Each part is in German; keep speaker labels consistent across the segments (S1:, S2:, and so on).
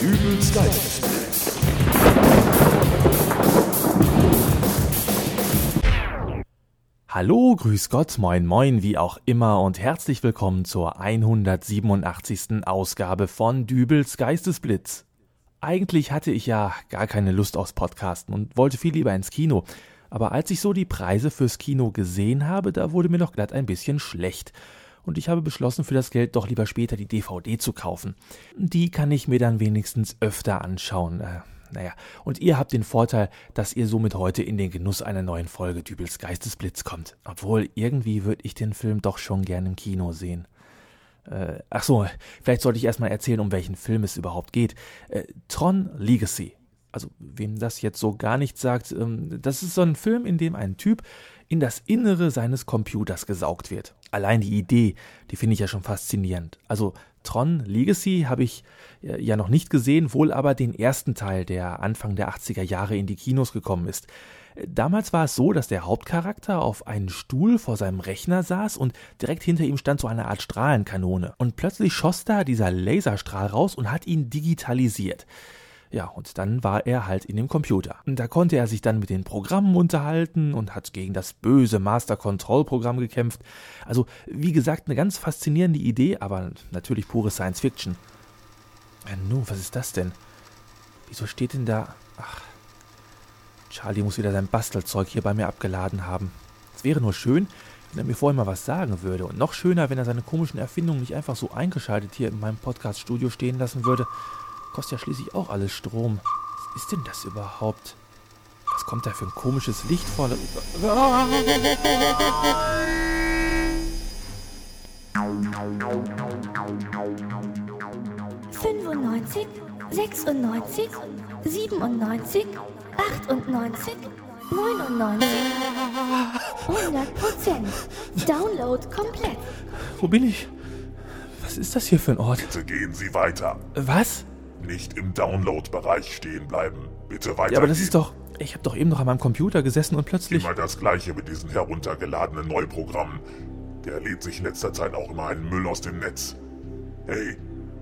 S1: Übelst geil.
S2: Hallo, grüß Gott, moin, moin, wie auch immer und herzlich willkommen zur 187. Ausgabe von Dübels Geistesblitz. Eigentlich hatte ich ja gar keine Lust aufs Podcasten und wollte viel lieber ins Kino. Aber als ich so die Preise fürs Kino gesehen habe, da wurde mir doch glatt ein bisschen schlecht. Und ich habe beschlossen, für das Geld doch lieber später die DVD zu kaufen. Die kann ich mir dann wenigstens öfter anschauen. Äh, naja, und ihr habt den Vorteil, dass ihr somit heute in den Genuss einer neuen Folge Dübels Geistesblitz kommt. Obwohl, irgendwie würde ich den Film doch schon gern im Kino sehen. Äh, ach so, vielleicht sollte ich erstmal erzählen, um welchen Film es überhaupt geht. Äh, Tron Legacy. Also, wem das jetzt so gar nichts sagt, ähm, das ist so ein Film, in dem ein Typ in das Innere seines Computers gesaugt wird. Allein die Idee, die finde ich ja schon faszinierend. Also, Tron Legacy habe ich äh, ja noch nicht gesehen, wohl aber den ersten Teil, der Anfang der 80er Jahre in die Kinos gekommen ist. Äh, Damals war es so, dass der Hauptcharakter auf einem Stuhl vor seinem Rechner saß und direkt hinter ihm stand so eine Art Strahlenkanone. Und plötzlich schoss da dieser Laserstrahl raus und hat ihn digitalisiert. Ja, und dann war er halt in dem Computer. Und Da konnte er sich dann mit den Programmen unterhalten und hat gegen das böse Master Control Programm gekämpft. Also, wie gesagt, eine ganz faszinierende Idee, aber natürlich pure Science Fiction. Ja, nun, was ist das denn? Wieso steht denn da. Ach. Charlie muss wieder sein Bastelzeug hier bei mir abgeladen haben. Es wäre nur schön, wenn er mir vorher mal was sagen würde. Und noch schöner, wenn er seine komischen Erfindungen nicht einfach so eingeschaltet hier in meinem Podcast-Studio stehen lassen würde. Kostet ja schließlich auch alles Strom. Was ist denn das überhaupt? Was kommt da für ein komisches Licht vor?
S3: fünfundneunzig sechsundneunzig siebenundneunzig achtundneunzig neunundneunzig hundert Prozent. Download komplett.
S2: Wo bin ich? Was ist das hier für ein Ort?
S1: Bitte gehen Sie weiter.
S2: Was?
S1: Nicht im Download-Bereich stehen bleiben. Bitte weiter.
S2: Ja, aber das ist doch. Ich habe doch eben noch an meinem Computer gesessen und plötzlich.
S1: Immer das gleiche mit diesen heruntergeladenen Neuprogrammen. Der lädt sich in letzter Zeit auch immer einen Müll aus dem Netz. Hey,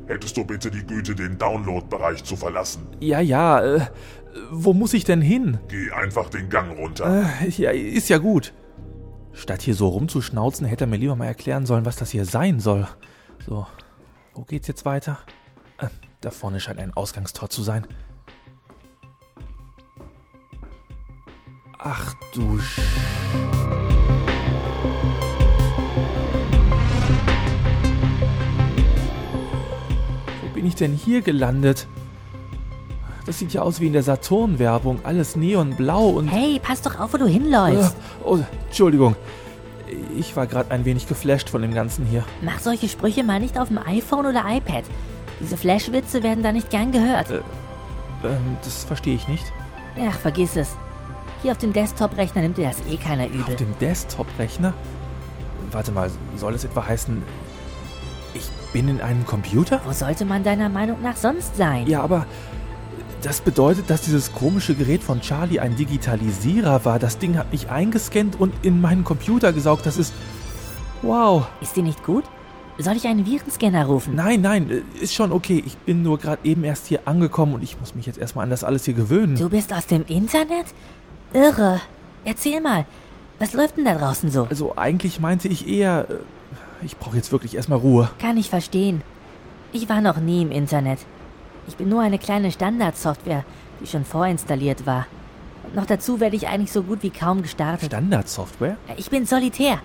S1: hättest du bitte die Güte, den Download-Bereich zu verlassen?
S2: Ja, ja. Äh, wo muss ich denn hin?
S1: Geh einfach den Gang runter.
S2: Äh, Ja, ist ja gut. Statt hier so rumzuschnauzen, hätte er mir lieber mal erklären sollen, was das hier sein soll. So, wo geht's jetzt weiter? Äh, da vorne scheint ein Ausgangstor zu sein. Ach du Sch... Wo bin ich denn hier gelandet? Das sieht ja aus wie in der Saturn-Werbung. Alles neonblau und...
S4: Hey, pass doch auf, wo du hinläufst.
S2: Oh, Entschuldigung. Ich war gerade ein wenig geflasht von dem Ganzen hier.
S4: Mach solche Sprüche mal nicht auf dem iPhone oder iPad. Diese Flashwitze werden da nicht gern gehört.
S2: Ähm, das verstehe ich nicht.
S4: Ach, vergiss es. Hier auf dem Desktop-Rechner nimmt dir das eh keiner
S2: Auf
S4: übel.
S2: dem Desktop-Rechner? Warte mal, soll es etwa heißen, ich bin in einem Computer?
S4: Wo sollte man deiner Meinung nach sonst sein?
S2: Ja, aber das bedeutet, dass dieses komische Gerät von Charlie ein Digitalisierer war. Das Ding hat mich eingescannt und in meinen Computer gesaugt. Das ist. Wow.
S4: Ist dir nicht gut? Soll ich einen Virenscanner rufen?
S2: Nein, nein, äh, ist schon okay. Ich bin nur gerade eben erst hier angekommen und ich muss mich jetzt erstmal an das alles hier gewöhnen.
S4: Du bist aus dem Internet? Irre. Erzähl mal, was läuft denn da draußen so?
S2: Also eigentlich meinte ich eher, äh, ich brauche jetzt wirklich erstmal Ruhe.
S4: Kann ich verstehen. Ich war noch nie im Internet. Ich bin nur eine kleine Standardsoftware, die schon vorinstalliert war. Und noch dazu werde ich eigentlich so gut wie kaum gestartet.
S2: Standardsoftware?
S4: Ich bin Solitär.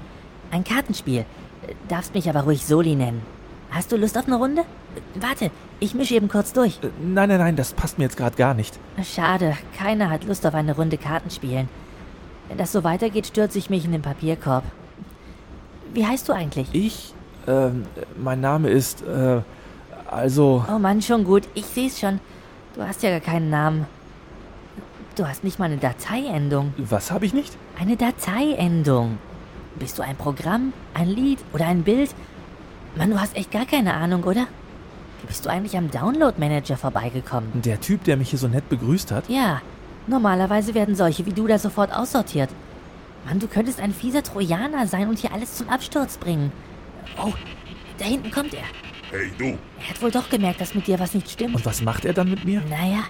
S4: Ein Kartenspiel. Äh, Darfst mich aber ruhig Soli nennen. Hast du Lust auf eine Runde? Äh, Warte, ich mische eben kurz durch.
S2: Äh, Nein, nein, nein, das passt mir jetzt gerade gar nicht.
S4: Schade, keiner hat Lust auf eine Runde Kartenspielen. Wenn das so weitergeht, stürze ich mich in den Papierkorb. Wie heißt du eigentlich?
S2: Ich, ähm, mein Name ist, äh, also,
S4: Oh Mann, schon gut. Ich seh's schon. Du hast ja gar keinen Namen. Du hast nicht mal eine Dateiendung.
S2: was habe ich nicht?
S4: Eine Dateiendung. Bist du ein Programm, ein Lied oder ein Bild? Mann, du hast echt gar keine Ahnung, oder? Wie bist du eigentlich am Download Manager vorbeigekommen?
S2: Der Typ, der mich hier so nett begrüßt hat?
S4: Ja, normalerweise werden solche wie du da sofort aussortiert. Mann, du könntest ein fieser Trojaner sein und hier alles zum Absturz bringen. Oh, da hinten kommt er.
S1: Hey, du,
S4: Er hat wohl doch gemerkt, dass mit dir was nicht stimmt.
S2: Und was macht er dann mit mir?
S4: Naja,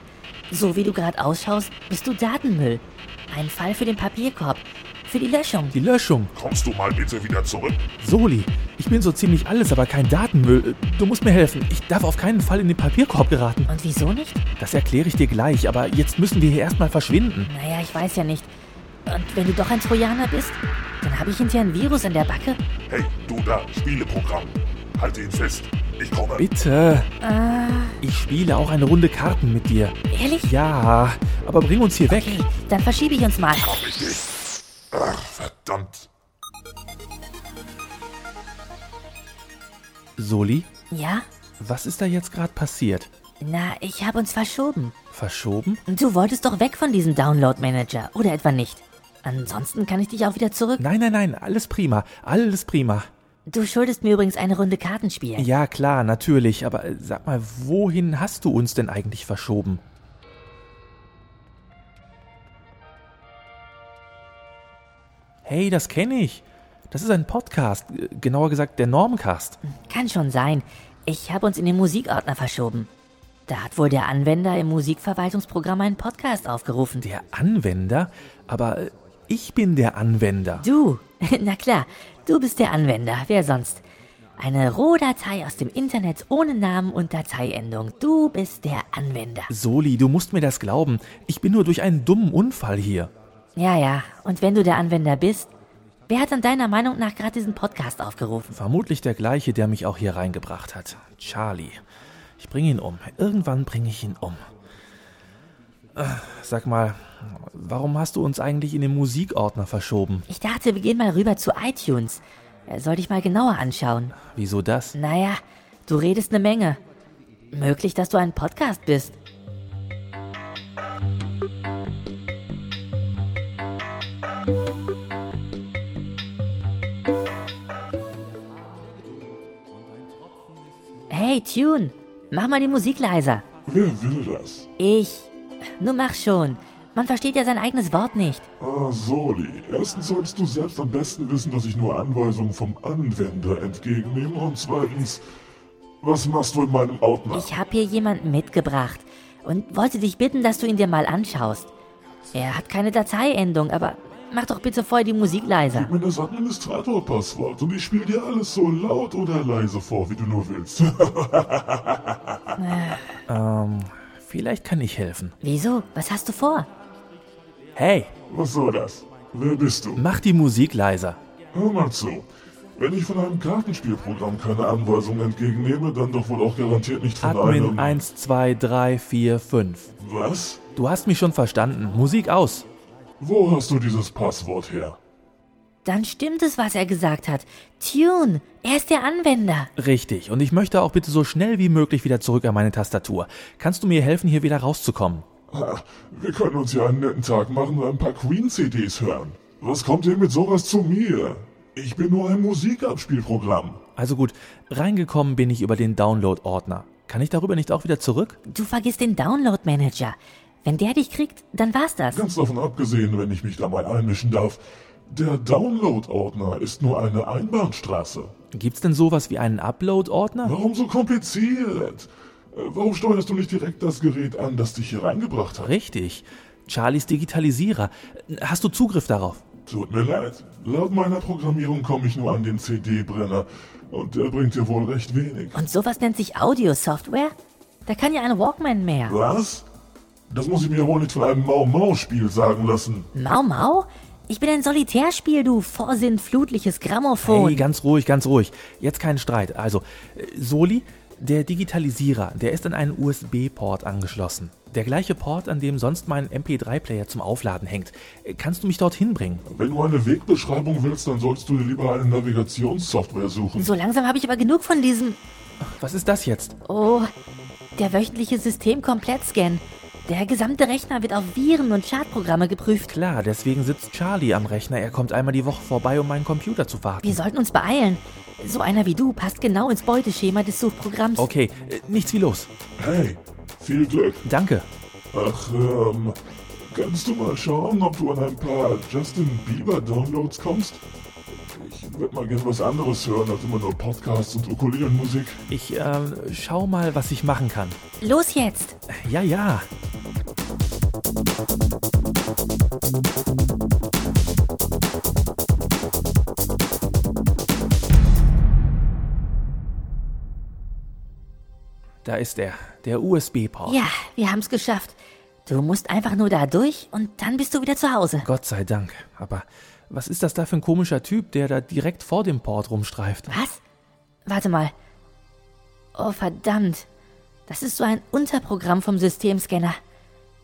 S4: so wie du gerade ausschaust, bist du Datenmüll. Ein Fall für den Papierkorb. Für die Löschung.
S2: Die Löschung.
S1: kommst du mal bitte wieder zurück?
S2: Soli, ich bin so ziemlich alles, aber kein Datenmüll. Äh, Du musst mir helfen. Ich darf auf keinen Fall in den Papierkorb geraten.
S4: Und wieso nicht?
S2: Das erkläre ich dir gleich, aber jetzt müssen wir hier erstmal verschwinden.
S4: Naja, ich weiß ja nicht. Und wenn du doch ein Trojaner bist, dann habe ich hinterher ein Virus in der Backe.
S1: Hey, du da, Spieleprogramm. Halte ihn fest. Ich komme.
S2: Bitte.
S4: Ah,
S2: Ich spiele auch eine Runde Karten mit dir.
S4: ehrlich?
S2: Ja, aber bring uns hier weg.
S4: Okay, dann verschiebe ich uns mal.
S1: Ach, verdammt.
S2: Soli,
S4: Ja?
S2: was ist da jetzt gerade passiert?
S4: Na, ich habe uns verschoben.
S2: Verschoben?
S4: Du wolltest doch weg von diesem Download-Manager, oder etwa nicht? Ansonsten kann ich dich auch wieder zurück.
S2: Nein, nein, nein, alles prima, alles prima.
S4: Du schuldest mir übrigens eine Runde Kartenspiel.
S2: Ja, klar, natürlich, aber äh, sag mal, wohin hast du uns denn eigentlich verschoben? Hey, das kenne ich. Das ist ein Podcast, äh, genauer gesagt der Normcast.
S4: Kann schon sein. Ich habe uns in den Musikordner verschoben. Da hat wohl der Anwender im Musikverwaltungsprogramm einen Podcast aufgerufen.
S2: Der Anwender? Aber äh, ich bin der Anwender.
S4: Du? Na klar, du bist der Anwender, wer sonst? Eine Rohdatei aus dem Internet ohne Namen und Dateiendung. Du bist der Anwender.
S2: Soli, du musst mir das glauben. Ich bin nur durch einen dummen Unfall hier.
S4: Ja, ja, und wenn du der Anwender bist, wer hat dann deiner Meinung nach gerade diesen Podcast aufgerufen?
S2: Vermutlich der gleiche, der mich auch hier reingebracht hat. Charlie. Ich bringe ihn um. Irgendwann bringe ich ihn um. Äh, Sag mal, warum hast du uns eigentlich in den Musikordner verschoben?
S4: Ich dachte, wir gehen mal rüber zu iTunes. Äh, Soll dich mal genauer anschauen.
S2: Wieso das?
S4: Naja, du redest eine Menge. Möglich, dass du ein Podcast bist. Hey, Tune, mach mal die Musik leiser.
S1: Wer will das?
S4: Ich. Nun mach schon. Man versteht ja sein eigenes Wort nicht.
S1: Ah, Soli, erstens solltest du selbst am besten wissen, dass ich nur Anweisungen vom Anwender entgegennehme. Und zweitens, was machst du in meinem Ordner?
S4: Ich habe hier jemanden mitgebracht und wollte dich bitten, dass du ihn dir mal anschaust. Er hat keine Dateiendung, aber mach doch bitte vorher die Musik leiser.
S1: Gib mir das Administratorpasswort und ich spiele dir alles so laut oder leise vor, wie du nur willst.
S2: Ähm, vielleicht kann ich helfen.
S4: Wieso? Was hast du vor?
S2: Hey,
S1: was soll das? Wer bist du?
S2: mach die Musik leiser.
S1: Hör mal zu. Wenn ich von einem Kartenspielprogramm keine Anweisungen entgegennehme, dann doch wohl auch garantiert nicht von
S2: Admin
S1: einem...
S2: 1, 2, 3, 4, 5.
S1: Was?
S2: Du hast mich schon verstanden. Musik aus.
S1: Wo hast du dieses Passwort her?
S4: Dann stimmt es, was er gesagt hat. Tune, er ist der Anwender.
S2: Richtig, und ich möchte auch bitte so schnell wie möglich wieder zurück an meine Tastatur. Kannst du mir helfen, hier wieder rauszukommen?
S1: Ha, wir können uns ja einen netten Tag machen und ein paar Queen-CDs hören. Was kommt denn mit sowas zu mir? Ich bin nur ein Musikabspielprogramm.
S2: Also gut, reingekommen bin ich über den Download-Ordner. Kann ich darüber nicht auch wieder zurück?
S4: Du vergisst den Download-Manager. Wenn der dich kriegt, dann war's das.
S1: Ganz davon abgesehen, wenn ich mich da mal einmischen darf, der Download-Ordner ist nur eine Einbahnstraße.
S2: Gibt's denn sowas wie einen Upload-Ordner?
S1: Warum so kompliziert? Äh, Warum steuerst du nicht direkt das Gerät an, das dich hier reingebracht hat?
S2: Richtig. Charlies Digitalisierer. Hast du Zugriff darauf?
S1: Tut mir leid. Laut meiner Programmierung komme ich nur an den CD-Brenner. Und der bringt dir wohl recht wenig.
S4: Und sowas nennt sich Audio-Software? Da kann ja ein Walkman mehr.
S1: Was? Das muss ich mir wohl nicht von einem Mau-Mau-Spiel sagen lassen.
S4: Mau Mau? Ich bin ein Solitärspiel, du vorsinnflutliches Grammophon.
S2: Hey, ganz ruhig, ganz ruhig. Jetzt kein Streit. Also, äh, Soli, der Digitalisierer, der ist an einen USB-Port angeschlossen. Der gleiche Port, an dem sonst mein MP3-Player zum Aufladen hängt. Äh, Kannst du mich dorthin bringen?
S1: Wenn du eine Wegbeschreibung willst, dann sollst du dir lieber eine Navigationssoftware suchen.
S4: So langsam habe ich aber genug von diesem.
S2: Was ist das jetzt?
S4: Oh, der wöchentliche Systemkomplettscan. Der gesamte Rechner wird auf Viren und Schadprogramme geprüft.
S2: Klar, deswegen sitzt Charlie am Rechner. Er kommt einmal die Woche vorbei, um meinen Computer zu warten.
S4: Wir sollten uns beeilen. So einer wie du passt genau ins Beuteschema des Suchprogramms.
S2: Okay, äh, nichts wie los.
S1: Hey, viel Glück.
S2: Danke.
S1: Ach, ähm, kannst du mal schauen, ob du an ein paar Justin Bieber-Downloads kommst? Ich Wird mal gerne was anderes hören, als immer nur Podcasts und Ukulelenmusik.
S2: Ich äh, schau mal, was ich machen kann.
S4: Los jetzt!
S2: Ja, ja. Da ist er, der USB-Port.
S4: Ja, wir haben's geschafft. Du musst einfach nur da durch und dann bist du wieder zu Hause.
S2: Gott sei Dank. Aber was ist das da für ein komischer Typ, der da direkt vor dem Port rumstreift?
S4: Was? Warte mal. Oh, verdammt. Das ist so ein Unterprogramm vom Systemscanner.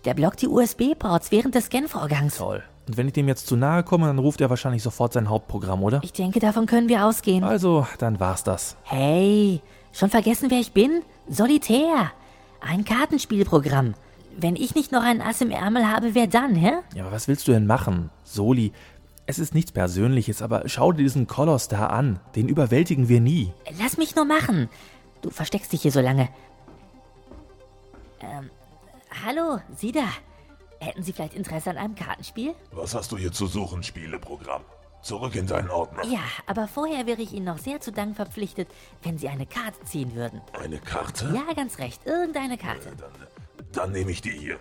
S4: Der blockt die USB-Ports während des Scanvorgangs.
S2: Toll. Und wenn ich dem jetzt zu nahe komme, dann ruft er wahrscheinlich sofort sein Hauptprogramm, oder?
S4: Ich denke, davon können wir ausgehen.
S2: Also, dann war's das.
S4: Hey, schon vergessen, wer ich bin? Solitär. Ein Kartenspielprogramm. Wenn ich nicht noch ein Ass im Ärmel habe, wer dann, hä?
S2: Ja, aber was willst du denn machen? Soli, es ist nichts Persönliches, aber schau dir diesen Koloss da an. Den überwältigen wir nie.
S4: Lass mich nur machen. Du versteckst dich hier so lange. Ähm, hallo, Sie da. Hätten Sie vielleicht Interesse an einem Kartenspiel?
S1: Was hast du hier zu suchen, Spieleprogramm? Zurück in deinen Ordner.
S4: Ja, aber vorher wäre ich Ihnen noch sehr zu Dank verpflichtet, wenn Sie eine Karte ziehen würden.
S1: Eine Karte?
S4: Ja, ganz recht, irgendeine Karte.
S1: Dann, dann nehme ich die hier.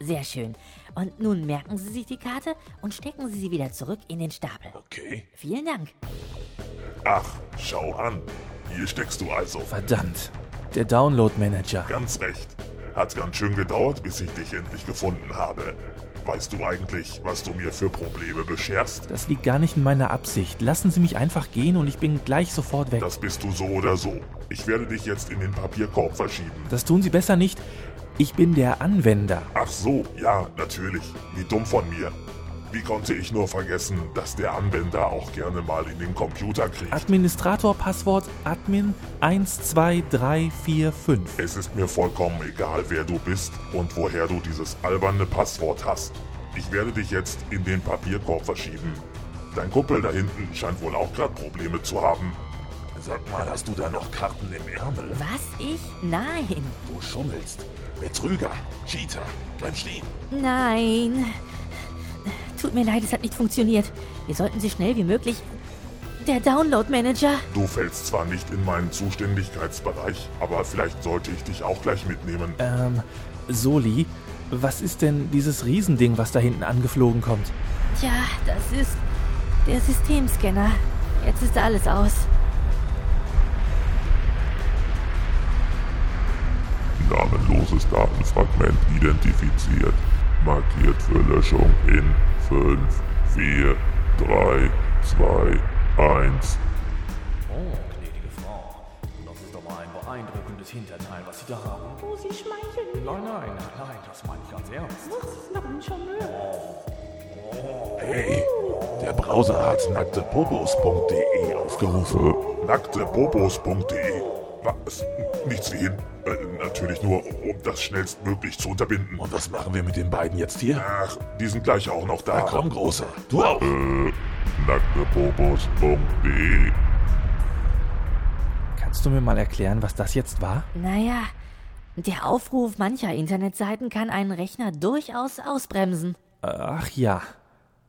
S4: Sehr schön. Und nun merken Sie sich die Karte und stecken Sie sie wieder zurück in den Stapel.
S1: Okay.
S4: Vielen Dank.
S1: Ach, schau an. Hier steckst du also.
S2: Verdammt. Der Download-Manager.
S1: Ganz recht. Hat ganz schön gedauert, bis ich dich endlich gefunden habe. Weißt du eigentlich, was du mir für Probleme bescherst?
S2: Das liegt gar nicht in meiner Absicht. Lassen Sie mich einfach gehen und ich bin gleich sofort weg.
S1: Das bist du so oder so. Ich werde dich jetzt in den Papierkorb verschieben.
S2: Das tun Sie besser nicht. Ich bin der Anwender.
S1: Ach so, ja, natürlich. Wie dumm von mir. Wie konnte ich nur vergessen, dass der Anwender auch gerne mal in den Computer kriecht?
S2: Administrator Passwort Admin 12345.
S1: Es ist mir vollkommen egal, wer du bist und woher du dieses alberne Passwort hast. Ich werde dich jetzt in den Papierkorb verschieben. Dein Kumpel da hinten scheint wohl auch gerade Probleme zu haben. Sag mal, hast du da noch Karten im Ärmel?
S4: Was? Ich? Nein.
S1: Du schummelst. Betrüger, Cheater, bleib stehen.
S4: Nein. Tut mir leid, es hat nicht funktioniert. Wir sollten so schnell wie möglich. Der Download-Manager.
S1: Du fällst zwar nicht in meinen Zuständigkeitsbereich, aber vielleicht sollte ich dich auch gleich mitnehmen.
S2: Ähm, Soli, was ist denn dieses Riesending, was da hinten angeflogen kommt?
S4: Tja, das ist der Systemscanner. Jetzt ist alles aus.
S1: Namenloses Datenfragment identifiziert. Markiert für Löschung in 5, 4, 3, 2, 1.
S5: Oh, gnädige Frau, das ist aber ein beeindruckendes Hinterteil, was Sie da haben.
S6: Oh, Sie schmeicheln mir.
S5: Nein, nein, nein, das meine ich ganz ernst.
S6: Das ist noch ein Charmeur.
S1: Hey, der Browser hat nacktepopos.de aufgerufen. Nacktepopos.de? Was? Nichts wie hin. Äh, natürlich nur, um das schnellstmöglich zu unterbinden.
S7: Und was machen wir mit den beiden jetzt hier?
S1: Ach, die sind gleich auch noch da. Äh,
S7: Na komm, Großer. Du auch.
S1: Nacktepopos.de
S2: Kannst du mir mal erklären, was das jetzt war?
S4: Naja, der Aufruf mancher Internetseiten kann einen Rechner durchaus ausbremsen.
S2: Ach ja.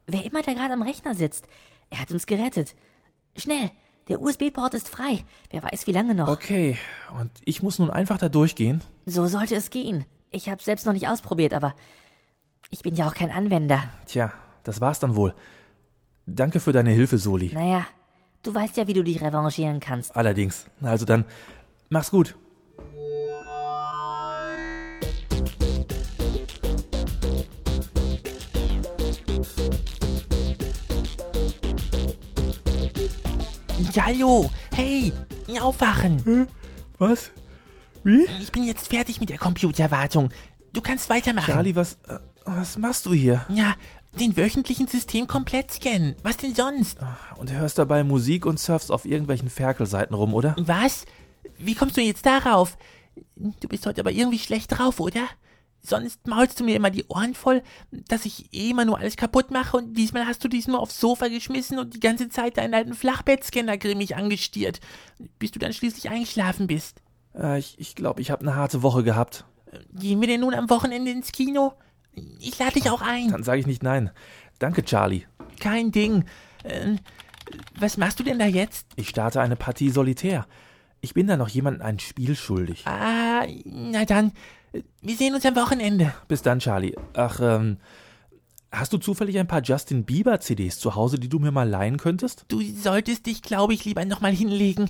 S4: Wer immer da gerade am Rechner sitzt, er hat uns gerettet. Schnell, der USB-Port ist frei. Wer weiß, wie lange noch.
S2: Okay, und ich muss nun einfach da durchgehen?
S4: So sollte es gehen. Ich habe selbst noch nicht ausprobiert, aber ich bin ja auch kein Anwender.
S2: Tja, das war's dann wohl. Danke für deine Hilfe, Soli.
S4: Naja, du weißt ja, wie du dich revanchieren kannst.
S2: Allerdings. Na Also dann, mach's gut.
S8: Jallo, hey, aufwachen.
S2: Was? Wie?
S8: Ich bin jetzt fertig mit der Computerwartung. Du kannst weitermachen.
S2: Charlie, was, äh, was machst du hier?
S8: Ja, den wöchentlichen System komplett scannen. Was denn sonst?
S2: Und hörst dabei Musik und surfst auf irgendwelchen Ferkelseiten rum, oder?
S8: Was? Wie kommst du jetzt darauf? Du bist heute aber irgendwie schlecht drauf, oder? Sonst maulst du mir immer die Ohren voll, dass ich eh immer nur alles kaputt mache und diesmal hast du dies nur aufs Sofa geschmissen und die ganze Zeit deinen alten Flachbettscanner grimmig angestiert, bis du dann schließlich eingeschlafen bist.
S2: Äh, ich glaube, ich, glaub, ich habe eine harte Woche gehabt.
S8: Gehen wir denn nun am Wochenende ins Kino? Ich lade dich auch ein.
S2: Dann sage ich nicht nein. Danke, Charlie.
S8: Kein Ding. Ähm, Was machst du denn da jetzt?
S2: Ich starte eine Partie solitär. Ich bin da noch jemandem ein Spiel schuldig.
S8: Ah, na dann. Wir sehen uns am Wochenende.
S2: Bis dann, Charlie. Ach, ähm. Hast du zufällig ein paar Justin Bieber CDs zu Hause, die du mir mal leihen könntest?
S8: Du solltest dich, glaube ich, lieber nochmal hinlegen.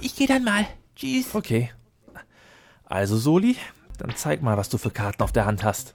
S8: Ich gehe dann mal. Tschüss.
S2: Okay. Also, Soli, dann zeig mal, was du für Karten auf der Hand hast.